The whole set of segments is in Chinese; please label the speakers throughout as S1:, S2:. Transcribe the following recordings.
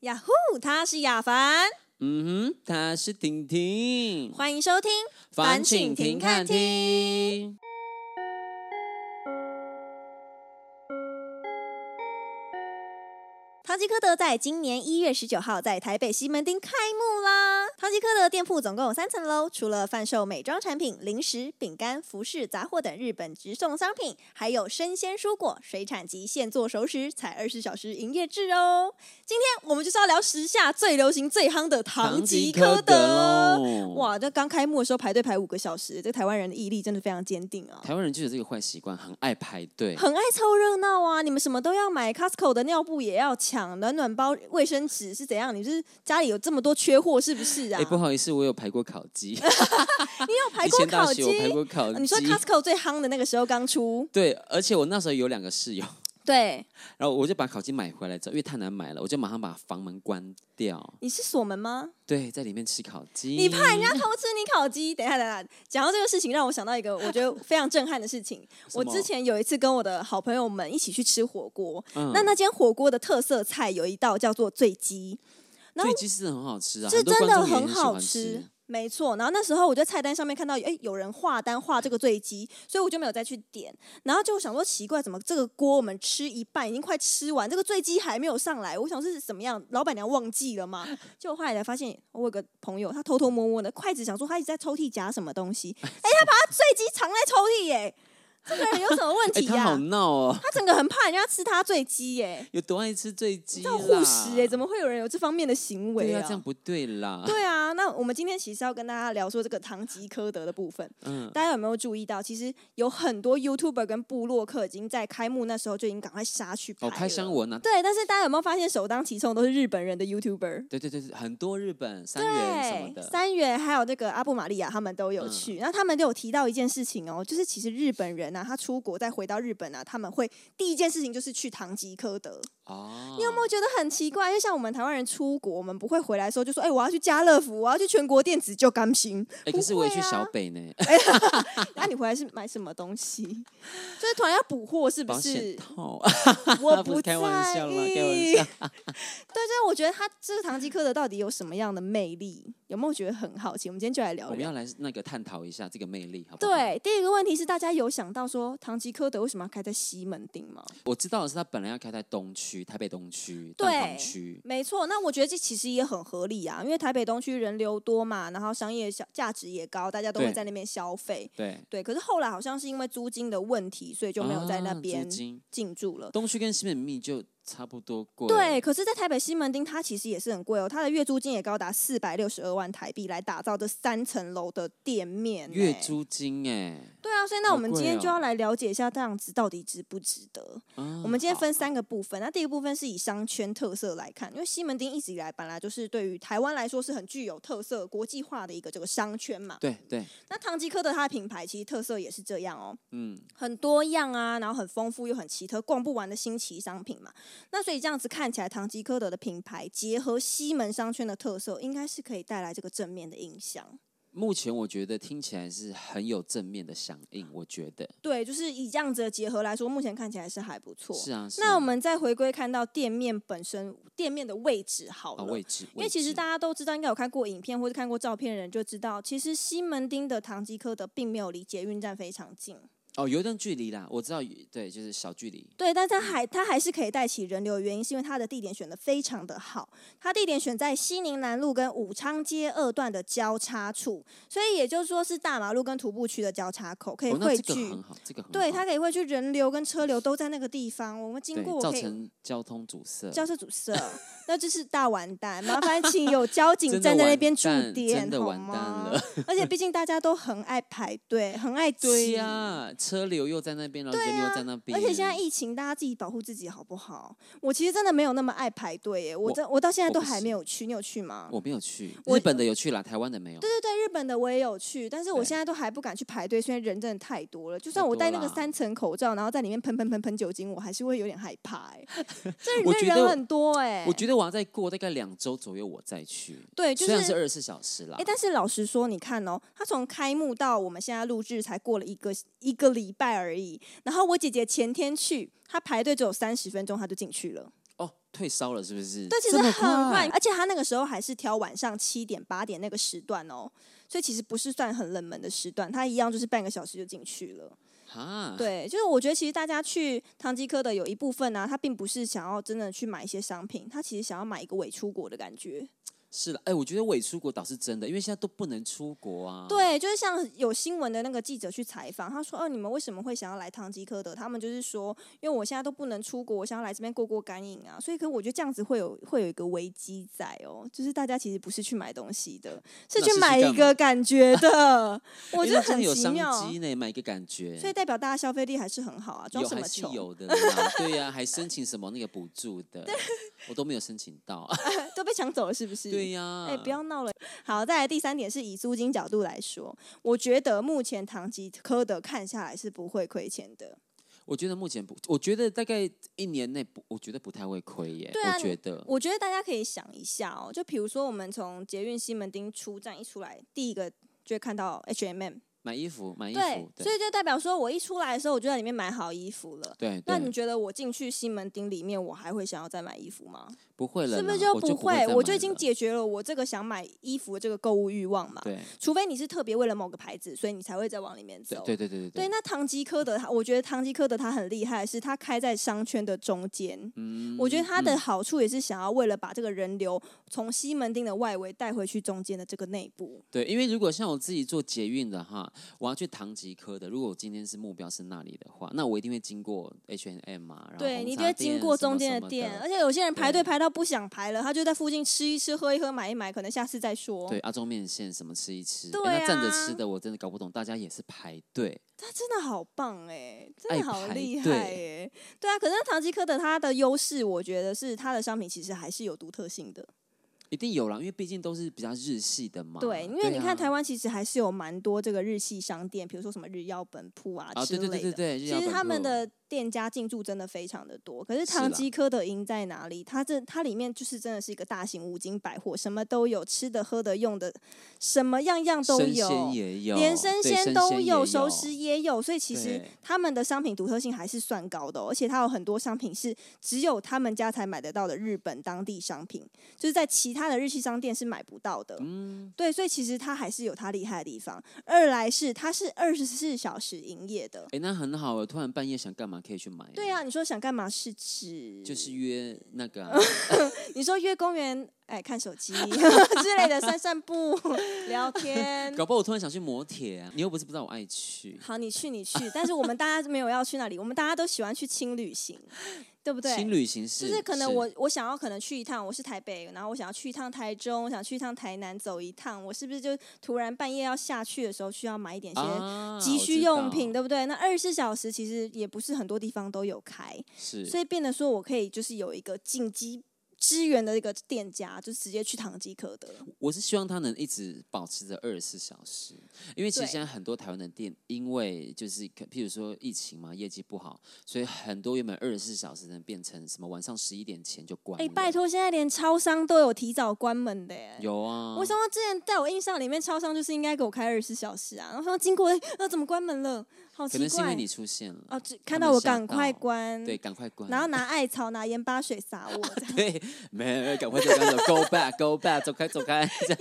S1: 呀呼，他是亚凡，
S2: 嗯哼，他是婷婷，
S1: 欢迎收听。烦请停看
S2: 听。
S1: 唐吉诃德在今年一月十九号在台北西门町开幕啦！唐吉诃德店铺总共有三层楼，除了贩售美妆产品、零食、饼干、服饰、杂货等日本直送商品，还有生鲜蔬果、水产及现做熟食，才二十小时营业制哦。今天我们就是要聊时下最流行、最夯的唐吉诃德。
S2: 哦！
S1: 哇，这刚开幕的时候排队排五个小时，这台湾人的毅力真的非常坚定啊！
S2: 台湾人就有这个坏习惯，很爱排队。
S1: 很爱凑热闹啊！你们什么都要买，Costco 的尿布也要抢，暖暖包、卫生纸是怎样？你是家里有这么多缺货是不是啊？
S2: 哎、不好意思，我有排过烤鸡，
S1: 你有 排
S2: 以
S1: 过
S2: 前大
S1: 烤鸡？
S2: 学我排过烤
S1: 你说
S2: 鸡。
S1: Costco 最夯的那个时候刚出，
S2: 对，而且我那时候有两个室友，
S1: 对，
S2: 然后我就把烤鸡买回来之后，因为太难买了，我就马上把房门关掉。
S1: 你是锁门吗？
S2: 对，在里面吃烤鸡。
S1: 你怕人家偷吃你烤鸡？等一下，等一下，讲到这个事情，让我想到一个我觉得非常震撼的事情。
S2: 什
S1: 我
S2: 么
S1: 之前有一次跟我的好朋友们一起去吃火锅，
S2: 嗯
S1: 那那间火锅的特色菜有一道叫做醉鸡，然后
S2: 对鸡是很好吃啊，
S1: 是
S2: 很多
S1: 真的
S2: 观众也
S1: 很
S2: 喜
S1: 好
S2: 欢
S1: 吃。，啊没错。然后那时候我就在菜单上面看到，哎，有人画单画这个醉鸡，所以我就没有再去点。然后就想说奇怪，怎么这个锅我们吃一半已经快吃完，这个醉鸡还没有上来？我想是怎么样，老板娘忘记了 吗？就后来才发现，我有个朋友他偷偷摸摸的筷子，想说他一直在抽屉夹什么东 西，哎，他把他醉鸡藏在抽屉耶、这个人有什么 问
S2: 哎、
S1: 题
S2: 他
S1: 呀、
S2: 好闹哦，
S1: 他整个很怕人家吃他醉鸡耶、
S2: 有多爱吃醉鸡啦？
S1: 要护食哎、怎么会有人有这方面的行为
S2: 对啊，这样不对 啦。
S1: 对啊，那我们今天其实要跟大家聊说这个堂吉诃德的部分。
S2: 嗯，
S1: 大家有没有注意到，其实有很多 YouTuber 跟部落客已经在开幕那时候就已经赶快杀去拍
S2: 哦，
S1: 了。
S2: 开箱文啊，
S1: 对，但是大家有没有发现，首当其冲都是日本人的 YouTuber？
S2: 对对对，对很多日本三元什么
S1: 对，
S2: 的，嗯
S1: 三元还有那个阿布玛利亚，他们都有去。然后他们都有提到一件事情哦，就是其实日本人啊，他出国再回到日本啊，他们会第一件事情就是去堂吉诃德。
S2: 哦，
S1: 你有没有觉得很奇怪？因为像我们台湾人出国，我们不会回来的时候就说：“哎、我要去家乐福，我要去全国电子就甘心。”
S2: 哎、可是我也去
S1: 不会啊
S2: 小北 呢，
S1: 那、你回来是买什么东西？就是突然要补货，是不
S2: 保险
S1: 是？
S2: 套，
S1: 哦
S2: 啊
S1: 我
S2: 不是
S1: 在
S2: 开玩笑啦，开玩
S1: 意。
S2: 笑。
S1: 对，就是我觉得他这个堂吉诃德到底有什么样的魅力？有没有觉得很好奇？我们今天就来聊
S2: 我们
S1: 聊。
S2: 要来那个探讨一下这个魅力，好不好？，
S1: 对，第一个问题是大家有想到说堂吉诃德为什么要开在西门町吗？
S2: 我知道的是，他本来要开在东区，台北东区、
S1: 对
S2: 蛋黄区，
S1: 没错，那我觉得这其实也很合理啊，因为台北东区人流多嘛，然后商业价价值也高，大家都会
S2: 对
S1: 在那边消费。
S2: 对，
S1: 对，可是后来好像是因为租金的问题，所以就没有在那
S2: 啊租
S1: 边
S2: 金
S1: 进驻了。
S2: 东区跟西北密就差不多贵，
S1: 对，，可是，在台北西门町，它其实也是很贵哦，它的月租金也高达四百六十二万台币来打造这三层楼的店面。
S2: 月。租金哎、
S1: 对啊，所以那
S2: 好
S1: 我们今
S2: 贵
S1: 天就
S2: 哦
S1: 要来了解一下这样子到底值不值得。
S2: 啊
S1: 我们今天
S2: 好
S1: 分三个部分，那第一个部分是以商圈特色来看，因为西门町一直以来本来就是对于台湾来说是很具有特色、国际化的一个这个商圈嘛。
S2: 对对，
S1: 那唐吉诃德它的品牌其实特色也是这样哦，
S2: 嗯，
S1: 很多样啊，然后很丰富又很奇特，逛不完的新奇商品嘛。那所以这样子看起来，唐吉诃德的品牌结合西门商圈的特色，应该是可以带来这个正面的影响。
S2: 目前我觉得听起来是很有正面的响应，我觉得
S1: 对，就是以这样子的结合来说，目前看起来是还不错。
S2: 是啊。是啊
S1: 那我们再回归看到店面本身，店面的位置好
S2: 啊
S1: 了。
S2: 位置，
S1: 因为
S2: 位
S1: 其实
S2: 置
S1: 大家都知道，应该有看过影片或者看过照片的人就知道，其实西门町的唐吉诃德并没有离捷运站非常近。
S2: 哦有一段距离啦，我知道，对，就是小距离，
S1: 对，但它还它还是可以带起人流，的原因是因为它的地点选的非常的好，它地点选在西宁南路跟武昌街二段的交叉处，所以也就是说是大马路跟徒步区的交叉口，可以
S2: 哦，那
S1: 汇
S2: 这个
S1: 聚。
S2: 很好，这个很
S1: 对，
S2: 好
S1: 它可以汇聚人流跟车流都在那个地方，我们经
S2: 对
S1: 过
S2: 造
S1: 可以
S2: 成交通阻塞，
S1: 交车阻塞，那就是大完蛋。麻烦请有交警
S2: 真的
S1: 站在那
S2: 完
S1: 边驻
S2: 蛋
S1: 点
S2: 真的
S1: 好
S2: 完蛋
S1: 吗
S2: 了？
S1: 而且毕竟大家都很爱排队，很爱
S2: 对
S1: 挤
S2: 呀、啊车流又在那边，然后人流又在那边，
S1: 啊而且现在疫情，大家自己保护自己好不好？我其实真的没有那么爱排队耶，我
S2: 我
S1: 真我到现在
S2: 我
S1: 都
S2: 不
S1: 还
S2: 是
S1: 没有去，你有去吗？
S2: 我没有去，
S1: 我
S2: 日本的有去啦，台湾的没有。
S1: 对对对，日本的我也有去，但是我
S2: 对
S1: 现在都还不敢去排队，虽然人真的太多了。就算
S2: 太
S1: 我
S2: 多
S1: 戴那个
S2: 啦
S1: 三层口罩，然后在里面喷喷喷喷酒精，我还是会有点害怕 哎。这里
S2: 我
S1: 面
S2: 觉得
S1: 人
S2: 我
S1: 很多哎，
S2: 我觉得我要再过大概两周左右我再去，
S1: 对，就
S2: 虽然是
S1: 是。
S2: 二十四小时啦。
S1: 哎，但是老实说，你看哦，他从开幕到我们现在录制才过了一个一个礼拜而已。然后我姐姐前天去，她排队只有三十分钟，她就进去了。
S2: 哦，退烧了是不是？
S1: 对，其实
S2: 这么
S1: 很快，而且他那个时候还是挑晚上七点八点那个时段哦，所以其实不是算很冷门的时段，他一样就是半个小时就进去了。
S2: 啊，，
S1: 对，就是我觉得其实大家去唐吉诃德有一部分呢、啊，他并不是想要真的去买一些商品，他其实想要买一个伪出国的感觉。
S2: 是了。哎，我觉得伪出国倒是真的，因为现在都不能出国啊。，
S1: 对，就是像有新闻的那个记者去采访，他说：“哦，你们为什么会想要来唐吉诃德？”他们就是说，因为我现在都不能出国，我想要来这边过过干瘾啊。所以，可我觉得这样子会有会有一个危机在哦，就是大家其实不是去买东西的，是
S2: 那
S1: 去
S2: 是去
S1: 买一
S2: 干
S1: 个
S2: 嘛
S1: 感觉 的。我
S2: 哎
S1: 觉得
S2: 那真
S1: 很
S2: 的有
S1: 奇
S2: 商
S1: 妙，
S2: 机呢，买一个感觉。
S1: 所以代表大家消费力还是很好啊，装
S2: 有
S1: 什
S2: 还
S1: 么
S2: 是
S1: 穷？
S2: 有的啦，对呀、还申请什么那个补助的，我都没有申请到。
S1: 都被抢走了是不是？
S2: 对呀、
S1: 哎、不要闹了。好，再来第三点是以租金角度来说，我觉得目前唐吉诃德看下来是不会亏钱的。
S2: 我觉得目前不，我觉得大概一年内不，我觉得不太会亏耶。
S1: 对啊
S2: 我觉得
S1: 我觉得大家可以想一下哦，就比如说我们从捷运西门町出站一出来，第一个就会看到 H&M，
S2: 买衣服，买衣
S1: 对
S2: 服，，
S1: 所以就代表说我一出来的时候，我就在里面买好衣服了。
S2: 对
S1: 那
S2: 对
S1: 你觉得我进去西门町里面，我还会想要再买衣服吗？
S2: 不会了啦，
S1: 是不是
S2: 我
S1: 不
S2: 就
S1: 会？
S2: 再
S1: 我就
S2: 买
S1: 已经
S2: 了
S1: 解决了我这个想买衣服的这个购物欲望嘛。
S2: 对
S1: 除非你是特别为了某个牌子，所以你才会再往里面走。
S2: 对对对对
S1: 对，
S2: 对，
S1: 那唐吉诃德它，我觉得唐吉诃德它很厉害，是它开在商圈的中间。
S2: 嗯
S1: 我觉得它的
S2: 嗯
S1: 好处也是想要为了把这个人流从西门町的外围带回去中间的这个内部。
S2: 对，因为如果像我自己做捷运的哈，我要去唐吉诃德，如果我今天是目标是那里的话，那我一定会经过 H and M 嘛，然后
S1: 对，
S2: 红
S1: 你就
S2: 茶
S1: 会经
S2: 店
S1: 过
S2: 什么
S1: 中间
S2: 什
S1: 的
S2: 么
S1: 店，而且有些人排队
S2: 对
S1: 排到不想排了，他就在附近吃一吃、喝一喝、买一买，可能下次再说。
S2: 对，阿中面线什么吃一吃，哎
S1: 对
S2: 那站着
S1: 啊
S2: 吃的我真的搞不懂，大家也是排队，
S1: 他真的好棒哎、真
S2: 爱
S1: 的好
S2: 排
S1: 厉害
S2: 队
S1: 哎、对啊，可是唐吉诃德它的优势，我觉得是它的商品其实还是有独特性的。
S2: 一定有啦，因为毕竟都是比较日系的嘛。啊
S1: 对，因为你看台
S2: 湾
S1: 湾其实还是有蛮多这个日系商店，比如说什么日药本铺啊
S2: 啊，
S1: 之
S2: 对对对
S1: 类
S2: 对
S1: 的。
S2: 对，日
S1: 其
S2: 料
S1: 实
S2: 本
S1: 他们
S2: 铺
S1: 的店家进驻真的非常的多，可是
S2: 是
S1: 唐
S2: 啦
S1: 吉诃德赢在哪里？它这它里面就是真的是一个大型五金百货，什么都有，吃的、喝的、用的，什么样样都
S2: 生鲜
S1: 有，
S2: 也有，
S1: 连
S2: 对
S1: 鲜都
S2: 也
S1: 有，
S2: 有，
S1: 熟食也有，所以其实
S2: 对
S1: 他们的商品独特性还是算高的哦、而且它有很多商品是只有他们家才买得到的日本当地商品，就是在其他的日系商店是买不到的。
S2: 嗯，
S1: 对，所以其实它还是有它厉害的地方。二来是它是二十四小时营业的。
S2: 哎，那很好，突然半夜想干嘛可以去买。
S1: 对啊，你说想干嘛是指
S2: 就是约那个 啊
S1: 你说约公园哎看手机 之类的散散步聊天。
S2: 搞不好我突然想去摩铁啊，你又不是不知道我爱去。
S1: 好，你去你去，但是我们大家没有要去那里，我们大家都喜欢去轻旅行，对不对？
S2: 新旅行
S1: 就是是可能我我想要可能去一趟，我是台北，然后我想要去一趟台中，我想去一趟台南走一趟，我是不是就突然半夜要下去的时候需要买一点些
S2: 啊
S1: 急
S2: 我
S1: 需
S2: 知
S1: 用
S2: 道
S1: 品，对不对？那二十四小时其实也不是很多地方都有开，
S2: 是
S1: 所以变得说我可以就是有一个紧急支援的一个店家，就直接去唐吉诃德。
S2: 我是希望它能一直保持着二十四小时，因为其实
S1: 对
S2: 现在很多台湾的店，因为就是可譬如说疫情嘛，业绩不好，所以很多原本二十四小时能变成什么晚上十一点前就关
S1: 哎、
S2: 了。
S1: 拜，托，现在连超商都有提早关门的耶。
S2: 有啊，
S1: 我想到之前在我印象里面，超商就是应该给我开二十四小时啊，然后说经过，哎、那怎么关门了？好
S2: 可
S1: 奇
S2: 能是因
S1: 怪
S2: 为你出现了，
S1: 哦，只看
S2: 他
S1: 到
S2: 们
S1: 我
S2: 吓
S1: 赶快
S2: 到
S1: 关，
S2: 对，赶快关。
S1: 然后拿艾草、拿盐巴水洒我， 这样
S2: 对，没有没有，赶快走，赶快走，Go back，Go back，走开走 开。这样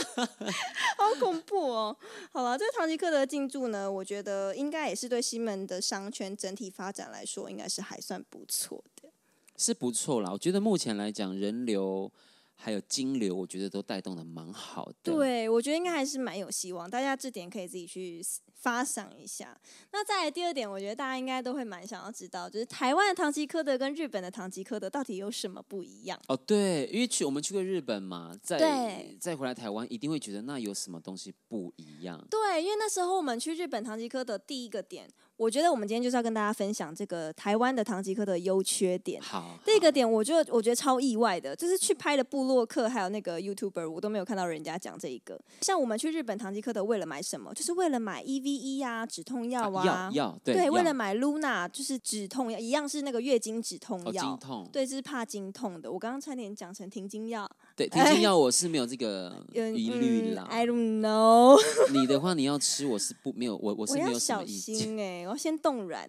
S1: 好恐怖哦！好了，这个唐吉诃德的进驻呢，我觉得应该也是对西门的商圈整体发展来说，应该是还算不错的。
S2: 是不错啦，我觉得目前来讲人流。还有金流，我觉得都带动的蛮好的。，
S1: 对，我觉得应该还是蛮有希望，大家这点可以自己去发想一下。那再来第二点，我觉得大家应该都会蛮想要知道，就是台湾的唐吉诃德跟日本的唐吉诃德到底有什么不一样？
S2: 哦，对，因为去我们去过日本嘛，再
S1: 对
S2: 再回来台湾，一定会觉得那有什么东西不一样。
S1: 对，因为那时候我们去日本唐吉诃德第一个点，我觉得我们今天就是要跟大家分享这个台湾的唐吉诃德优缺点。
S2: 好，
S1: 第一
S2: 好
S1: 个点，我就我觉得超意外的，就是去拍的部落客还有那个 YouTuber，我都没有看到人家讲这一个。像我们去日本唐吉诃德，为了买什么？就是为了买 EVE 啊，止痛药啊，
S2: 啊要要对
S1: 为了
S2: 要
S1: 买 Luna，就是止痛药，一样是那个月经止痛
S2: 哦
S1: 药，
S2: 经痛，
S1: 对，这是怕经痛的。我刚刚差点讲成停经药， 嗯
S2: 对，停经药我是没有这个疑虑啦。
S1: I don't know，
S2: 你的话你要吃，我是不没有，我我是
S1: 我
S2: 没
S1: 要
S2: 有什
S1: 小
S2: 么意见。
S1: 心哎、我要先冻卵。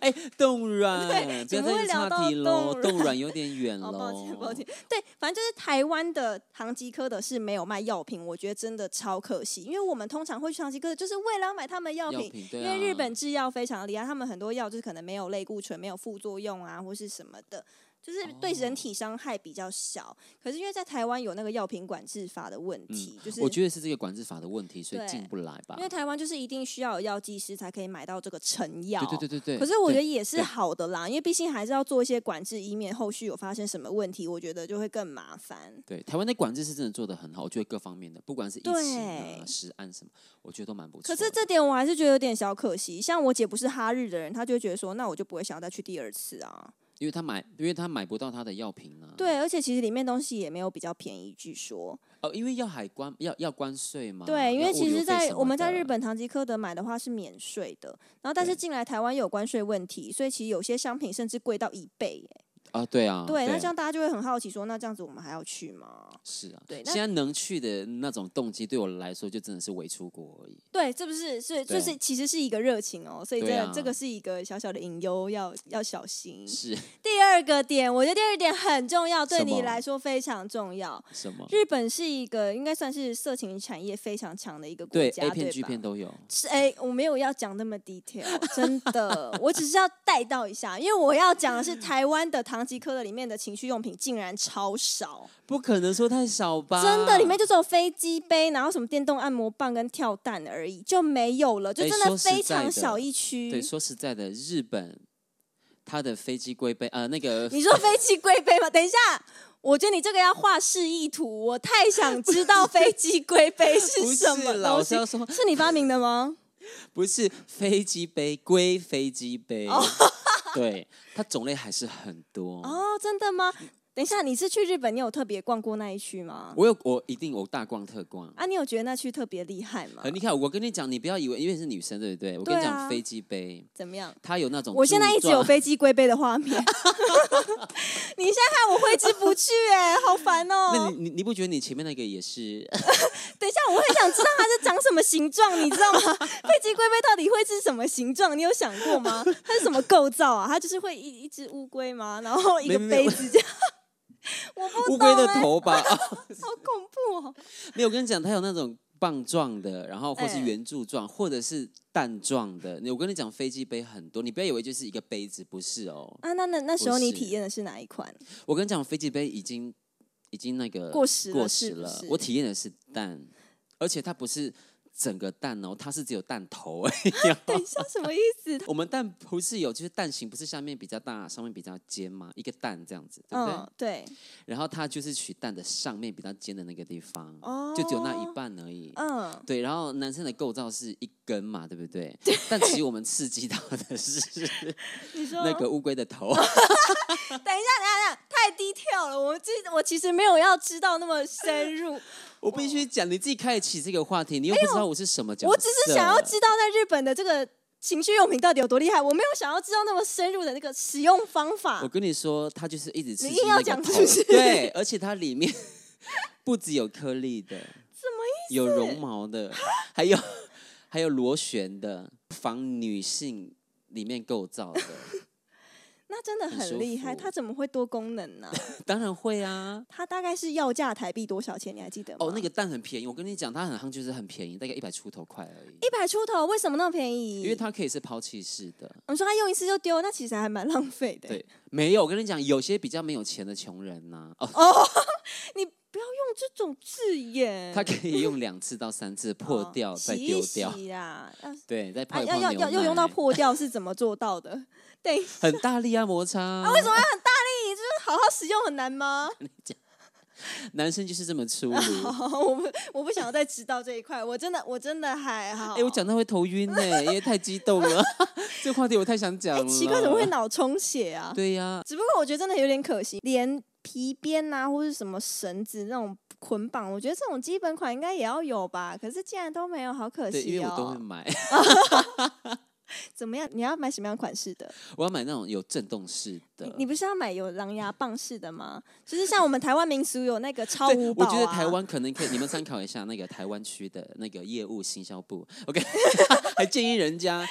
S2: 哎，冻 卵，不
S1: 怎
S2: 要
S1: 么会
S2: 再
S1: 聊
S2: 岔题
S1: 到
S2: 喽，
S1: 冻
S2: 冻卵有点远
S1: 哦，
S2: 喽。
S1: 抱歉，抱歉。对，反正就是台湾的唐吉诃德是没有卖药品，我觉得真的超可惜，因为我们通常会去唐吉诃德，就是为了要买他们的药
S2: 药
S1: 品，
S2: 品对
S1: 因
S2: 啊，
S1: 为日本制药非常厉害，他们很多药就是可能没有类固醇、没有副作用啊，或是什么的，就是对
S2: 哦
S1: 人体伤害比较小。可是因为在台湾有那个药品管制法的问题，就是
S2: 嗯我觉得是这个管制法的问题，所以
S1: 对
S2: 进不来吧
S1: 因。为台湾就是一定需要有药剂师才可以买到这个成药。
S2: 对对对对对。
S1: 可是我觉
S2: 对
S1: 得也是
S2: 对
S1: 好的啦，因为毕竟还是要做一些管制，以免后续有发生什么问题，我觉得就会更麻烦。
S2: 对台湾的管制是真的做的很好，我觉得各方面的，不管是疫情啊、
S1: 对
S2: 食安什么，我觉得都蛮不错
S1: 可
S2: 的。
S1: 是这点我还是觉得有点小可惜。像我姐不是哈日的人，她就会觉得说，那我就不会想要再去第二次啊。
S2: 因为他买，因为他买不到他的药品啊。
S1: 对，而且其实里面东西也没有比较便宜，据说。
S2: 哦，因为要海关要要关税嘛。
S1: 对，因
S2: 啊要
S1: 为
S2: 物
S1: 其
S2: 流
S1: 实
S2: 费
S1: 在，
S2: 什
S1: 我
S2: 么
S1: 们在
S2: 的
S1: 日本唐吉诃德买的话是免税的，然后但是
S2: 对
S1: 进来台湾有关税问题，所以其实有些商品甚至贵到一倍耶。
S2: 啊，对啊，
S1: 对，那这样大家就会很好奇说，那这样子我们还要去吗？
S2: 是啊，
S1: 对那
S2: 现在能去的那种动机，对我来说就真的是伪出国而已。
S1: 对，这不是是就
S2: 对
S1: 是其实是一个热情哦，所以这
S2: 对
S1: 个、
S2: 啊
S1: 这个是一个小小的隐忧，要要小心。
S2: 是
S1: 第二个点，我觉得第二点很重要，对
S2: 什么
S1: 你来说非常重要。
S2: 什么？
S1: 日本是一个应该算是色情产业非常强的一个国
S2: 对
S1: 家，
S2: ，A
S1: 对
S2: 片、
S1: 吧？
S2: G 片都有。
S1: 是哎、我没有要讲那么 detail，真的，我只是要带到一下，因为我要讲的是台湾的唐吉诃德里面的情趣用品竟然超少，
S2: 不可能说太少吧？
S1: 真的，里面就只有飞机杯，然后什么电动按摩棒跟跳蛋而已，就没有了，就
S2: 哎
S1: 真
S2: 说实
S1: 非
S2: 在
S1: 常
S2: 的
S1: 小一区。
S2: 对，说实在的，日本它的飞机龟杯呃那个
S1: 你说飞机龟杯吗？等一下。我觉得你这个要画示意图，我太想知道飞机龟杯
S2: 不
S1: 是
S2: 是
S1: 什么
S2: 老
S1: 东
S2: 师
S1: 西
S2: 要。哦说
S1: 是你发明的吗？
S2: 不是飞机杯龟飞机杯， 对，它种类还是很多。
S1: 哦，真的吗？等一下，你是去日本，你有特别逛过那一区吗？
S2: 我有我一定我大逛特逛。
S1: 啊，你有觉得那区特别厉害吗？
S2: 很厉害，我跟你讲，你不要以为，因为是女生，对不对？我跟你
S1: 对啊
S2: 讲，飞机杯，
S1: 怎么样？
S2: 它有那种
S1: 我现在一直有
S2: 柱状
S1: 飞机龟杯的画面， 你现在害我挥之不去哎、好烦哦、
S2: 那你你你不觉得你前面那个也是？
S1: 等一下，我很想知道它是长什么形状，你知道吗？飞机龟杯到底会是什么形状？你有想过吗？它是什么构造啊？它就是会一一只乌龟吗？然后一个
S2: 没没没
S1: 杯子这样。 我不
S2: 乌龟
S1: 懂
S2: 的
S1: 哎、
S2: 头吧？ 啊
S1: 好恐怖哦、
S2: 没有，我跟你讲，它有那种棒状的，然后或是
S1: 哎
S2: 圆柱状，或者是蛋状的。你我跟你讲，飞机杯很多，你不要以为就是一个杯子，不是哦。
S1: 啊，那那那时候你
S2: 不是
S1: 体验的是哪一 款？
S2: 我跟你讲，飞机杯已经已经那个
S1: 过时了
S2: 过
S1: 是
S2: 时
S1: 不
S2: 了。
S1: 是
S2: 我体验的是蛋，而且它不是整个蛋哦，它是只有蛋头而已。
S1: 等一下，什么意思？
S2: 我们蛋不是有，就是蛋形不是下面比较大，上面比较尖吗？一个蛋这样子，对不对？
S1: 嗯，对，
S2: 然后它就是取蛋的上面比较尖的那个地方，
S1: 哦
S2: 就只有那一半而已。
S1: 嗯。
S2: 对，然后男生的构造是一根嘛，对 不对？但其实我们刺激到的是
S1: 你说
S2: 那个乌龟的头，
S1: 等一下，等一下，等一下，太低调了。我这我其实没有要知道那么深入，
S2: 我必须讲，你自己开启这个话题，你又不知道我是什么角色，
S1: 哎我只是想要知道在日本的这个情趣用品到底有多厉害，我没有想要知道那么深入的那个使用方法
S2: 我。跟你说，它就是一直刺
S1: 啊你
S2: 激
S1: 硬要
S2: 那个
S1: 讲
S2: 头
S1: 是不是
S2: 对，而且它里面 不只有颗粒的，什么意思？有绒毛的，还有还有螺旋的，仿女性里面构造 的，
S1: 那真的
S2: 很舒
S1: 很
S2: 服
S1: 厉害，它怎么会多功能呢、
S2: 当然会啊。
S1: 它大概是要价台币多少钱？你还记得吗？
S2: 哦，那个蛋很便宜，我跟你讲，它很夯，就是很便宜，大概一百出头块而已。
S1: 一百出头，为什么那么便宜？
S2: 因为它可以是抛弃式的，
S1: 我说它用一次就丢，那其实还蛮浪费的。
S2: 对，没有。我跟你讲，有些比较没有钱的穷人呐、哦，
S1: 你不要用这种字眼。
S2: 他可以用两次到三次破
S1: 嗯哦
S2: 掉，再
S1: 洗
S2: 丢
S1: 一
S2: 掉，
S1: 洗啦，要
S2: 对，再泡
S1: 啊，
S2: 一泡
S1: 要
S2: 牛
S1: 要
S2: 奶，
S1: 要要用到破掉是怎么做到 的？对，你
S2: 很大力啊，摩擦。啊、为什么
S1: 就是好好使用很难吗？
S2: 男生就是这么粗鲁？
S1: 啊好，我不我不想要再知道这一块，我真的我真的还好。
S2: 哎、我讲到会头晕呢、因为太激动了。 这话题我太想讲了。
S1: 哎奇怪，怎么会？脑充血啊？
S2: 对呀、
S1: 只不过我觉得真的有点可惜，连皮鞭啊或是什么绳子那种捆绑，我觉得这种基本款应该也要有吧。可是竟然都没有，好可哦
S2: 对，因
S1: 惜
S2: 为我都会
S1: 哦。
S2: 买。
S1: 怎么样？你要买什么样款式的？
S2: 我要买那种有震动式的
S1: 你。你不是要买有狼牙棒式的吗？就是像我们台湾民俗有那个超
S2: 对
S1: 五，宝、
S2: 我
S1: 啊、
S2: 觉得台湾可能可以，你们参考一下那个台湾区的那个业务行销部。OK，还建议人家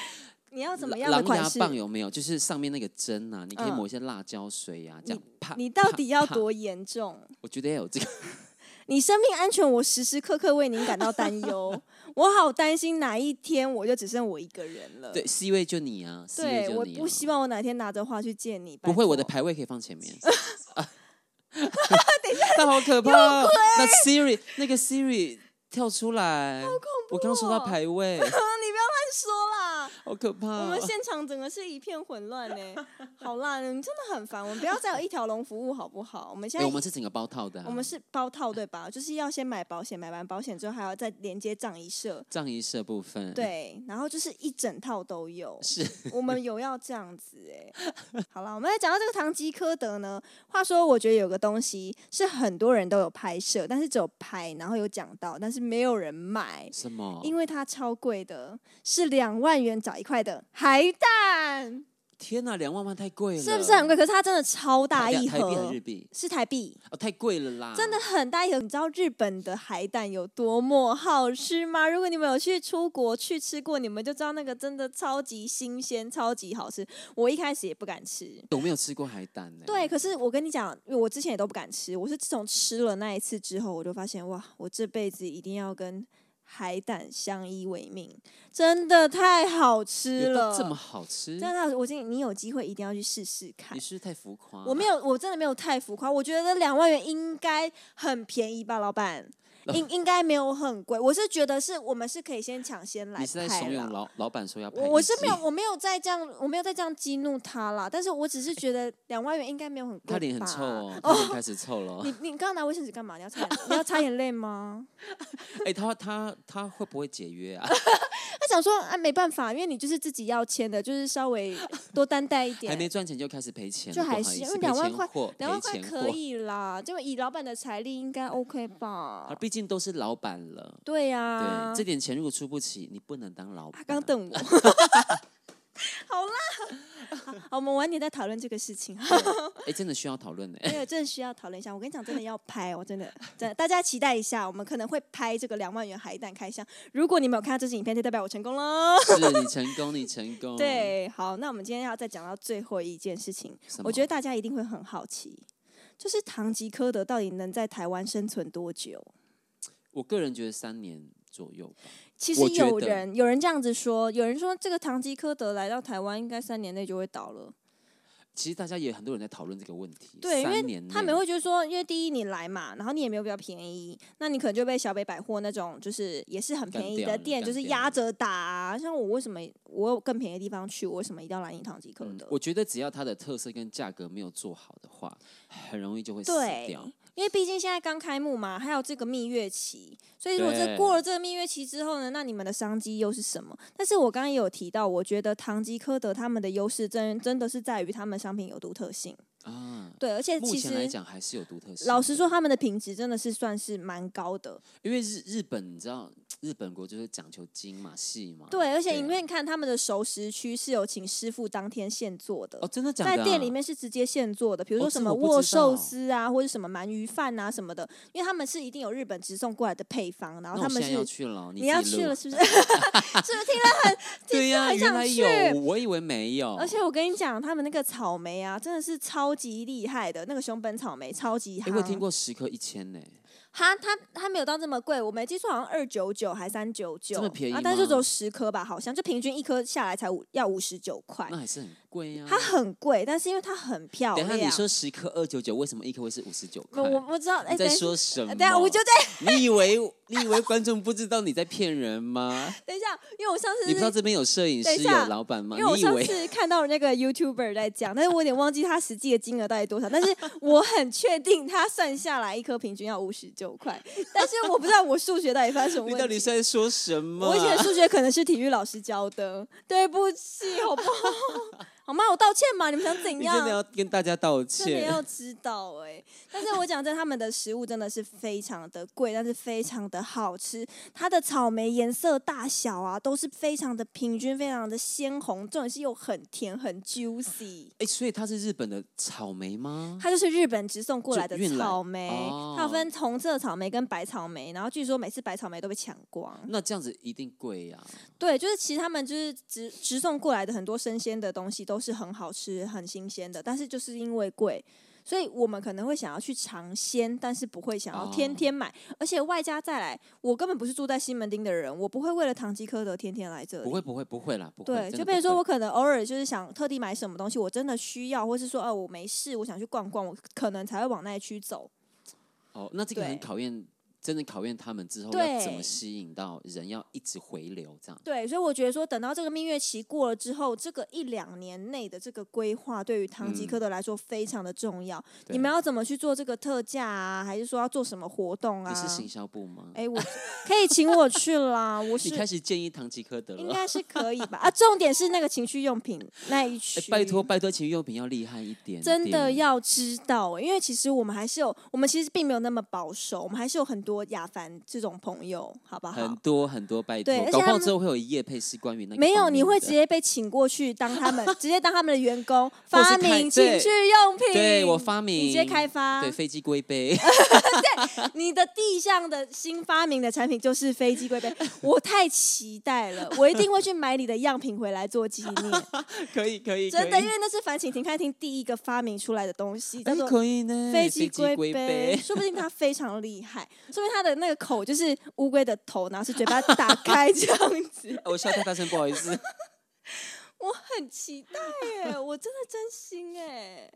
S1: 你要怎么样的
S2: 狼
S1: 款
S2: 牙
S1: 式？
S2: 棒有没有？就是上面那个针啊，你可以
S1: 嗯
S2: 抹一些辣椒水呀、啊，这样啪。
S1: 你到
S2: 啪
S1: 底要
S2: 啪
S1: 多严重？
S2: 我觉得要有这个，
S1: 你生命安全，我时时刻刻为您感到担 忧。我好担心哪一天我就只剩我一个人了。
S2: 对，C 位就你啊，C 位
S1: 呃对，
S2: 就
S1: 我
S2: 你、啊。
S1: 不希望我哪天拿着花去见你。
S2: 不会，我的
S1: 拜
S2: 排位可以放 前面。 啊但好可怕哦！那 Siri 那个 Siri 跳出来，好恐
S1: 哦
S2: 怖！我刚说到 排位，
S1: 托你不要乱说啦！
S2: 好可怕
S1: 我
S2: 哦！
S1: 们现场整个是一片混乱呢、 好啦，你真的很烦，我们不要再有一条龙服务好不好？我们现
S2: 哎
S1: 在
S2: 我们是整个包套的啊、
S1: 我们是包套对吧？就是要先买保险，买完保险之后还要再连接账一社，
S2: 葬仪社部 分。，
S1: 对，然后就是一整套都有。
S2: 是
S1: 我们有要这样子哎、好了，我们来讲到这个唐吉诃德呢。话说，我觉得有个东西是很多人都有拍摄，但是只有拍，然后有讲到，但是没有人买，
S2: 什么？
S1: 因为它超贵的，是两万元找一块的海胆，
S2: 天哪，两万万太贵了，
S1: 是不是很贵？可是它真的超大一
S2: 台币还
S1: 盒
S2: 是日，币？
S1: 是台币。
S2: 哦，太贵了啦！
S1: 真的很大一盒，你知道日本的海胆有多么好吃吗？如果你们有去出国去吃过，你们就知道那个真的超级新鲜、超级好吃。我一开始也不敢吃，
S2: 我没有吃过海胆欸呢、
S1: 对，，可是我跟你讲，我之前也都不敢吃，我是自从吃了那一次之后，我就发现哇，我这辈子一定要跟海胆相依为命，真的太好吃
S2: 有
S1: 了。
S2: 到这么好吃
S1: 真？的，我建议你有机会一定要去试试看
S2: 你。是不是太浮夸、
S1: 我没，有，我真的没有太浮夸。我觉得两万元应该很便宜吧，老 板，应应该没有很贵。我是觉得是我们是可以先抢先来
S2: 你是在
S1: 拍
S2: 怂恿
S1: 啦。
S2: 老老板说要拍
S1: 我我
S2: 一
S1: 是没
S2: 集
S1: 有，我没有再这样，我没有再这样激怒他啦。但是我只是觉得两万元应该没有很贵。
S2: 他脸很臭哦，。他脸开 始臭了哦。
S1: 你你刚刚拿卫生纸干嘛？你要擦 眼你要擦眼泪吗？
S2: 哎、他他他会不会解约啊？
S1: 他想说啊，没办法，因为你就是自己要签的，就是稍 微多担待一点
S2: 还。没赚钱就开始赔钱了，
S1: 就
S2: 不
S1: 还
S2: 好
S1: 是
S2: 意
S1: 因
S2: 思
S1: 为
S2: 赔
S1: 两万
S2: 钱
S1: 块
S2: 货
S1: 两万
S2: 赔
S1: 块
S2: 钱
S1: 可
S2: 货
S1: 以啦，就以老板的财力应该 OK 吧
S2: 啊，？毕竟都是老板了。
S1: 对呀、
S2: 对，这点钱如果出不起，你不能当老
S1: 他。
S2: 板啊
S1: 啊刚瞪我。 好啦， 好，我们晚点再讨论这个事情。
S2: 哎、真的需要讨论呢。
S1: 没有，真的需要讨论一下。我跟你讲，真的要拍，哦我真的真的，大家期待一下，我们可能会拍这个两万元海胆开箱。如果你没有看到这支影片，就代表我成功喽。
S2: 是你成功，你成
S1: 嗯
S2: 功。，
S1: 对，好，那我们今天要再讲到最后一件事情，我觉得
S2: 得
S1: 大家一定会很好奇，就是唐吉诃德到底能在台湾生存多久？
S2: 我个人觉得三年左右吧。
S1: 其实
S2: 我觉
S1: 有
S2: 得
S1: 人有人这样子说，有人说这个唐吉诃德来到台湾应该三年内就会倒了。
S2: 其实大家也很多人在讨论这个问题。
S1: 对，因
S2: 三
S1: 为
S2: 年
S1: 他们
S2: 内
S1: 会觉得说，因为第一你来嘛，然后你也没有比较便宜，那你可能就被小北百货那种就是也是很
S2: 干
S1: 便宜
S2: 掉
S1: 的
S2: 了
S1: 店，
S2: 干
S1: 就是
S2: 掉
S1: 压
S2: 了
S1: 着打、啊。像我为什么我有更便宜的地方去，我为什么一定要来你唐吉诃
S2: 嗯
S1: 德？
S2: 我觉得只要它的特色跟价格没有做好的话，很容易就会死
S1: 对
S2: 掉。，
S1: 因为毕竟现在刚开幕嘛，还有这个蜜月期，所以如果这
S2: 对
S1: 过了这个蜜月期之后呢，那你们的商机又是什么？但是我刚刚也有提到，我觉得唐吉诃德他们的优势真真的是在于他们商品有独特性，
S2: 啊，
S1: 对，而且
S2: 目
S1: 其
S2: 前来
S1: 实
S2: 讲还是有独特性。
S1: 老实说，，他们的品质真的是算是蛮高的，
S2: 因为日日本，你知道日本国就是讲求精嘛、细嘛。
S1: 对，而且
S2: 啊
S1: 因为你看他们的熟食区是有请师傅当天现做的
S2: 哦，。真的假的、啊？
S1: 在店里面是直接现做的，比如
S2: 哦
S1: 说
S2: 这
S1: 什么
S2: 我不
S1: 握
S2: 知道
S1: 寿司啊，或者什么鳗鱼饭啊什么的，因为他们是一定有日本直送过来的配方，然
S2: 那
S1: 后
S2: 我
S1: 他们
S2: 现在要
S1: 是
S2: 去了，
S1: 你要
S2: 自己
S1: 去
S2: 录
S1: 了，是不是？ 是不是听了很？
S2: 对呀、
S1: 很
S2: 原
S1: 想
S2: 来
S1: 去
S2: 有，我以为没有。
S1: 而且我跟你讲，他们那个草莓啊，真的是超级厉害的，那个熊本草莓超级
S2: 诶
S1: 夯。
S2: 哎我听过十颗一千呢，
S1: 哈，它它没有到这么贵，我没记错好像二九九还三九九，
S2: 这么便宜
S1: 啊，但是就
S2: 吗
S1: 只有十颗吧，好像就平均一颗下来才五要五十九块
S2: 那，还是很贵呀、
S1: 哎它很贵，但是因为它很漂
S2: 嗯等一
S1: 亮。
S2: 下你说十颗二九九，为什么一颗会是五十九
S1: 我
S2: 块？
S1: 我不知道，哎、
S2: 你在
S1: 等一下
S2: 说什么？
S1: 等一下，我就在
S2: 你以为你以为观众不知道你在骗 人吗？
S1: 等一下，因为我上次
S2: 你不知道这边有摄影
S1: 等一
S2: 师有
S1: 下
S2: 老板吗？
S1: 因为我
S2: 你以
S1: 上
S2: 为
S1: 次看到那个 YouTuber 在讲，但是我有点忘记他实际的金额到底多少，但 是我很确定他算下来一颗平均要五十九 块，但是我不知道我数学到底发生什么
S2: 你到
S1: 问
S2: 底
S1: 题。
S2: 是在说什么？啊
S1: 我以前的数学可能是体育老师教的，对不起，好不好？好吗？我道歉嘛，你们想怎
S2: 你真的
S1: 样？
S2: 要跟大家道
S1: 真的
S2: 歉。
S1: 要知道哎、但是我讲真，他们的食物真的是非常的贵，但是非常的好吃。它的草莓颜色、大小啊，都是非常的平均，非常的鲜红，重点是又很甜，很 juicy。
S2: 哎、所以它是日本的草莓吗？
S1: 它就是日本直送过来的
S2: 就运来
S1: 草莓，
S2: 哦
S1: 它有分红色草莓跟白草莓，然后据说每次白草莓都被抢光。
S2: 那这样子一定贵呀、
S1: 对，就是其实他们就是直直送过来的很多生鲜的东西都是很好吃、很新鲜的，但是就是因为贵，所以我们可能会想要去尝鲜，但是不会想要天
S2: 哦
S1: 天买。而且外加再来，我根本不是住在西门町的人，我不会为了唐吉诃德天天来这
S2: 不
S1: 里。
S2: 会不会不会啦，不会。
S1: 对，
S2: 真的
S1: 就
S2: 不
S1: 比如说
S2: 会
S1: 我可能偶尔就是想特地买什么东西，我真的需要，或是说哦、我没事，我想去逛逛，我可能才会往那一区走。
S2: 哦，那这个很
S1: 对
S2: 考验，真的考验他们之后要
S1: 对
S2: 怎么吸引到人，要一直回流这样。
S1: 对，所以我觉得说，等到这个蜜月期过了之后，这个一两年内的这个规划，对于唐吉诃德来说非常的重要。
S2: 嗯对
S1: 你们要怎么去做这个特价啊？还是说要做什么活动啊
S2: 你？是行销部吗？
S1: 哎，我可以请我去啦，我
S2: 你开
S1: 是
S2: 始建议唐吉诃德
S1: 应
S2: 了。哦
S1: 该是可以吧？啊，重点是那个情趣用品那一
S2: 哎
S1: 区，
S2: 拜托拜托，情趣用品要厉害一点点，
S1: 真的要知道、欸因为其实我们还是有，我们其实并没有那么保守，我们还是有很多亚凡这种朋友，好不
S2: 很
S1: 好？
S2: 多很多拜托
S1: 对而，且
S2: 搞不
S1: 他
S2: 好
S1: 们
S2: 之后会有夜配是关于那个
S1: 没有，
S2: 方面
S1: 你会
S2: 的
S1: 直接被请过去当他 们，直接当他们的员工，
S2: 或
S1: 发
S2: 是开
S1: 明情
S2: 对
S1: 趣用品。
S2: 对我发明，
S1: 你直接开发
S2: 对，飞机龟杯，
S1: 你的地上的新发明的产品就是飞机 龟杯，我太期待了，我一定会去买你的样品回来做纪 念。
S2: 可以可以，
S1: 真
S2: 可
S1: 的，
S2: 以
S1: 因为那是樊晴婷开庭第一个发明出来的东西，叫
S2: 哎
S1: 做。
S2: 可以呢，
S1: 飞机龟
S2: 龟
S1: 杯，说不定它非常厉害，说明它的那个口就是乌龟的头，然后是嘴巴打开这样子。
S2: 我笑太大声，不好意思。
S1: 我很期待耶，我真的真心哎。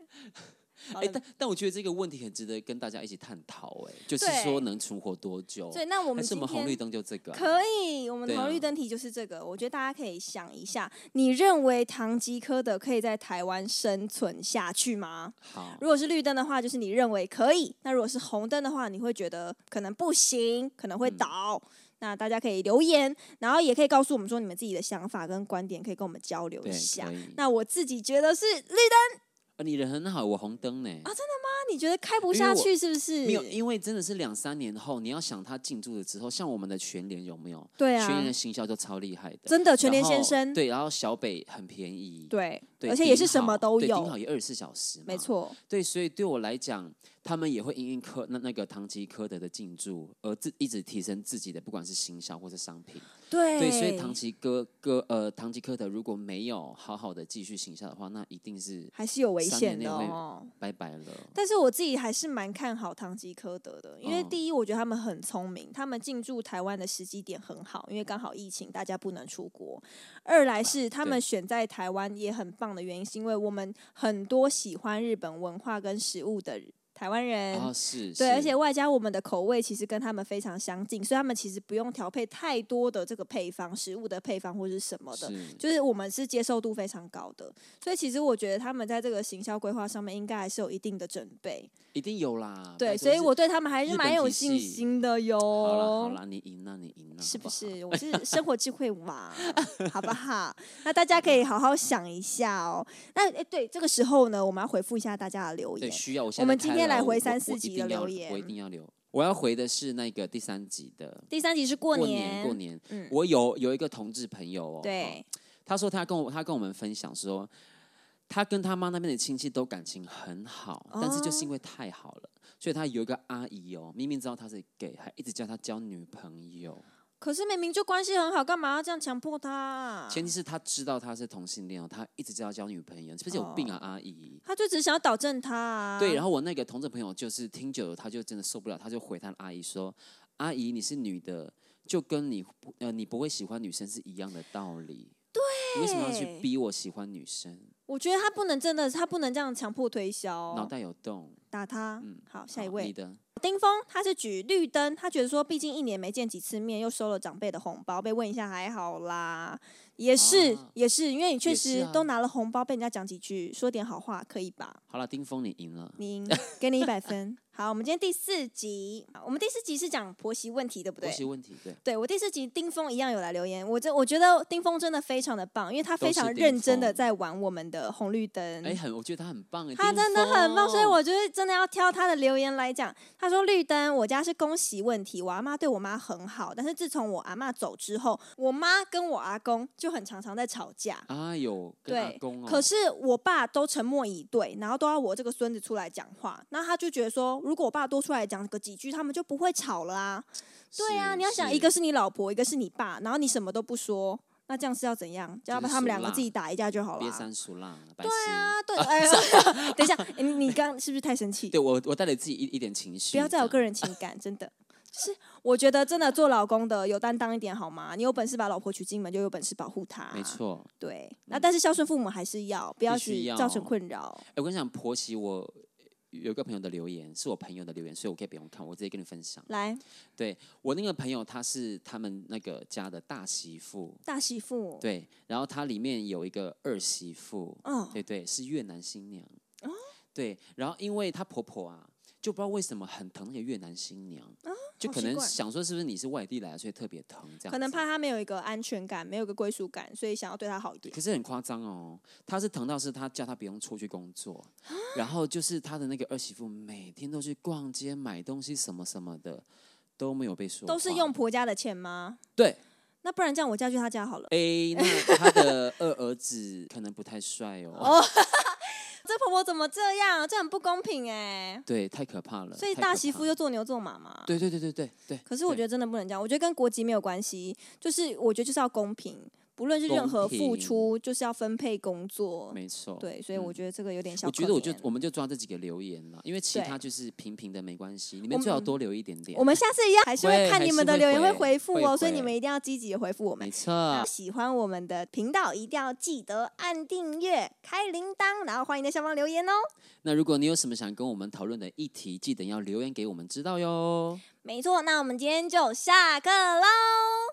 S1: 好
S2: 哎，
S1: 了
S2: 但但我觉得这个问题很值得跟大家一起探讨，哎，就是
S1: 对
S2: 说能存活多久？
S1: 对，那我
S2: 还
S1: 们
S2: 是
S1: 今
S2: 我们红
S1: 天
S2: 绿灯就这个啊、
S1: 可以，我们的
S2: 对啊
S1: 红绿灯题就是这个。我觉得大家可以想一下，你认为唐吉诃德可以在台湾生存下去吗？
S2: 好，
S1: 如果是绿灯的话，就是你认为可以；那如果是红灯的话，你会觉得可能不行，可能会
S2: 嗯
S1: 倒。那大家可以留言，然后也可以告诉我们说你们自己的想法跟观点，可以跟我们交流
S2: 对，
S1: 一下
S2: 可。以。
S1: 那我自己觉得是绿灯，
S2: 啊你人很好，我红灯呢。
S1: 那你觉得开不
S2: 因为
S1: 下
S2: 我
S1: 去是不啊是？
S2: 没有，因为真的是两三年后，你要想他进驻了之后，像我们的全联有没有？
S1: 对
S2: 全联
S1: 啊
S2: 的，行销就超厉害的。
S1: 真的全
S2: 然
S1: 联先
S2: 后
S1: 生，
S2: 对，然后小北很便宜，
S1: 对
S2: 对，
S1: 而且也是
S2: 顶
S1: 什么
S2: 好
S1: 都
S2: 对顶
S1: 有
S2: 好，也二十四小时，
S1: 没。错，
S2: 对，所以对我来讲，他们也会因应科那那个唐吉诃德的进驻，而自一直提升自己的，不管是行销或是商品。
S1: 对
S2: 对，所以唐吉诃哥呃唐吉诃德如果没有好好的继续行销的话，那一定是
S1: 还是有危
S2: 三
S1: 险
S2: 年
S1: 的
S2: 内会
S1: 哦。
S2: 拜拜了。
S1: 但是我自己还是蛮看好唐吉诃德的，因为
S2: 嗯
S1: 第一，我觉得他们很聪明，他们进驻台湾的时机点很好，因为刚好疫情，大家不能出国；二来是他们
S2: 对
S1: 选在台湾也很棒的原因，是因为我们很多喜欢日本文化跟食物的台湾人。
S2: 啊，是，
S1: 对，而
S2: 是
S1: 且外加我们的口味其实跟他们非常相近，所以他们其实不用调配太多的这个配方、食物的配方或是什么的，
S2: 是
S1: 就是我们是接受度非常高的，所以其实我觉得他们在这个行销规划上面应该还是有一定的准备。
S2: 一定有啦。拜
S1: 对，
S2: 托
S1: 所以
S2: 哦是
S1: 我对他们还是
S2: 日
S1: 蛮
S2: 本
S1: 有
S2: 体
S1: 信
S2: 系
S1: 心的
S2: 好啦
S1: 哟。
S2: 好啦，你赢了，你赢了，
S1: 是
S2: 好
S1: 不
S2: 好？
S1: 是？ 我是生活智慧王，好不好？那大家可以好好想一下哦。那哎，对，这个时候呢，我们要回复一下大家的留
S2: 对，
S1: 言。
S2: 需要我现在
S1: 我们
S2: 开
S1: 今天
S2: 了
S1: 来
S2: 我
S1: 回
S2: 我
S1: 三
S2: 我
S1: 四
S2: 一
S1: 集
S2: 定
S1: 的留
S2: 要我一
S1: 言
S2: 定要留。我要回的是那个第三集的
S1: 第三集是过
S2: 过年过年，
S1: 嗯
S2: 我有有一个同志朋友哦，哦
S1: 对，
S2: 他说他跟我他跟我们分享说，他跟他妈那边的亲戚都感情很好，
S1: 哦
S2: 但是就是因为太好了，所以他有一个阿姨哦，明明知道他是 gay，还一直叫他交女朋友。
S1: 可是明明就关系很好，干嘛要这样强迫他啊？
S2: 前提是他知道他是同性恋哦，他一直叫他交女朋友，是不是有病啊，阿姨？
S1: 他就只想要导正他哦啊。
S2: 对，然后我那个同志朋友就是听久了，他就真的受不了，他就回他的阿姨说：“阿姨，你是女的，就跟你不呃你不会喜欢女生是一样的道理。对，你为什么要去
S1: 对
S2: 逼我喜欢女生？
S1: 我觉得他不能真的，他不能这样强迫推销哦、
S2: 脑袋有洞。
S1: 打他。
S2: 嗯
S1: 好，下
S2: 好
S1: 一
S2: 你
S1: 位，
S2: 的
S1: 丁峰，他是举绿灯，他觉得说，毕竟一年没见几次面，又收了长辈的红包，被问一下还好啦，也是、
S2: 啊
S1: 也是，因为你确
S2: 也是
S1: 实
S2: 啊
S1: 都拿了红包，被人家讲几句，说点好话可以 吧？
S2: 好了，丁峰你赢了。
S1: 你赢给你一百分。好，我们今天第四集，好我们第四集是讲婆媳问题，对不
S2: 婆
S1: 对？
S2: 媳问题，对，
S1: 对我第四集丁峰一样有来留言，我这我觉得丁峰真的非常的棒，因为他非
S2: 都是
S1: 常
S2: 丁
S1: 认真的
S2: 峰
S1: 在玩我们的红绿灯。
S2: 哎、很，我觉得他很棒哎，
S1: 嗯他
S2: 巅
S1: 真的很棒，所以
S2: 峰
S1: 我觉得真的要挑他的留言来讲。他说：“绿灯，我家是恭喜问题，我阿妈对我妈很好，但是自从我阿妈走之后，我妈跟我阿公就很常常在吵架。
S2: 哎呦，跟阿
S1: 对
S2: 公哦，
S1: 可是我爸都沉默以对，然后都要我这个孙子出来讲话，那他就觉得说，如果我爸多出来讲个几句，他们就不会吵了啊。对啊，
S2: 是
S1: 你要想，
S2: 是
S1: 一个是你老婆，一个是你爸，然后你什么都不说，那这样是要怎样？就要
S2: 就
S1: 把
S2: 是
S1: 他们
S2: 俗
S1: 两个
S2: 辣
S1: 自己打一架就好了
S2: 别
S1: 啊。
S2: 三俗浪，白痴。
S1: 啊， 对，哎呦， 等一下，你你刚是不是太生气？
S2: 对我，我带了自己一一点情绪，
S1: 不要再有
S2: 这
S1: 个人情感，真的。就是我觉得真的做老公的有担当一点好吗？你有本事把老婆娶进门，就有本事保护她。
S2: 样没，错。
S1: 对。那但是孝顺父母还是要，不要
S2: 必须
S1: 去
S2: 要
S1: 造成困扰。
S2: 哎、我跟你讲，婆媳我有一个朋友的留言是我朋友的留言，所以我可以不用看，我直接跟你分享。
S1: 来，
S2: 我那个朋友她是他们那个家的大媳妇，
S1: 大媳妇，
S2: 对，然后她里面有一个二媳妇，
S1: 嗯，
S2: 对对，是越南新娘。
S1: 哦
S2: 对，然后因为她婆婆啊，就不知道为什么很疼那个越南新娘，就
S1: 啊好
S2: 可
S1: 奇
S2: 能
S1: 怪
S2: 想说是不是你是外地来的，所以特别疼这样子。
S1: 可能怕他没有一个安全感，没有一个归属感，所以想要对他好一
S2: 对，
S1: 点。
S2: 可是很夸张哦，她是疼到是她叫她不用出去工作，
S1: 啊
S2: 然后就是她的那个二媳妇每天都去逛街买东西什么什么的，都没啊有被说话，
S1: 都是用婆家的钱吗？
S2: 对。
S1: 那不然这样，我嫁去他家好了。
S2: A，那她的二儿子可能不太帅 哦，
S1: 这婆婆怎么这样？这很不公平哎、
S2: 对，太可怕了。
S1: 所以
S2: 呃太可
S1: 大媳妇
S2: 怕
S1: 就
S2: 了
S1: 做牛做马嘛。
S2: 对对对对对对。
S1: 可是我觉
S2: 得
S1: 得真的不能这样，我觉得跟国籍没有关系，就是我觉得就是要公平，不论是任何
S2: 公
S1: 付
S2: 平
S1: 出，就是要分配工作。
S2: 没错，
S1: 对，所以我
S2: 嗯
S1: 觉得这个有点小
S2: 我
S1: 可怜。
S2: 觉得我就我们就抓这几个留言了，因为其
S1: 对
S2: 他就是平平的没关系，你们
S1: 我
S2: 最好
S1: 们
S2: 多留一点点。
S1: 我们下次一样还是会
S2: 会
S1: 看
S2: 还
S1: 你
S2: 是
S1: 们的
S2: 会
S1: 留言，会
S2: 回
S1: 回复
S2: 会
S1: 哦，所以你
S2: 回
S1: 们一定要积极的回复我们
S2: 没。错
S1: 那，喜欢我们的频道，一定要记得按订阅、开铃铛，然后欢迎在下方留言哦。
S2: 那如果你有什么想跟我们讨论的议题，记得要留言给我们知道哟。
S1: 没错，那我们今天就下课喽。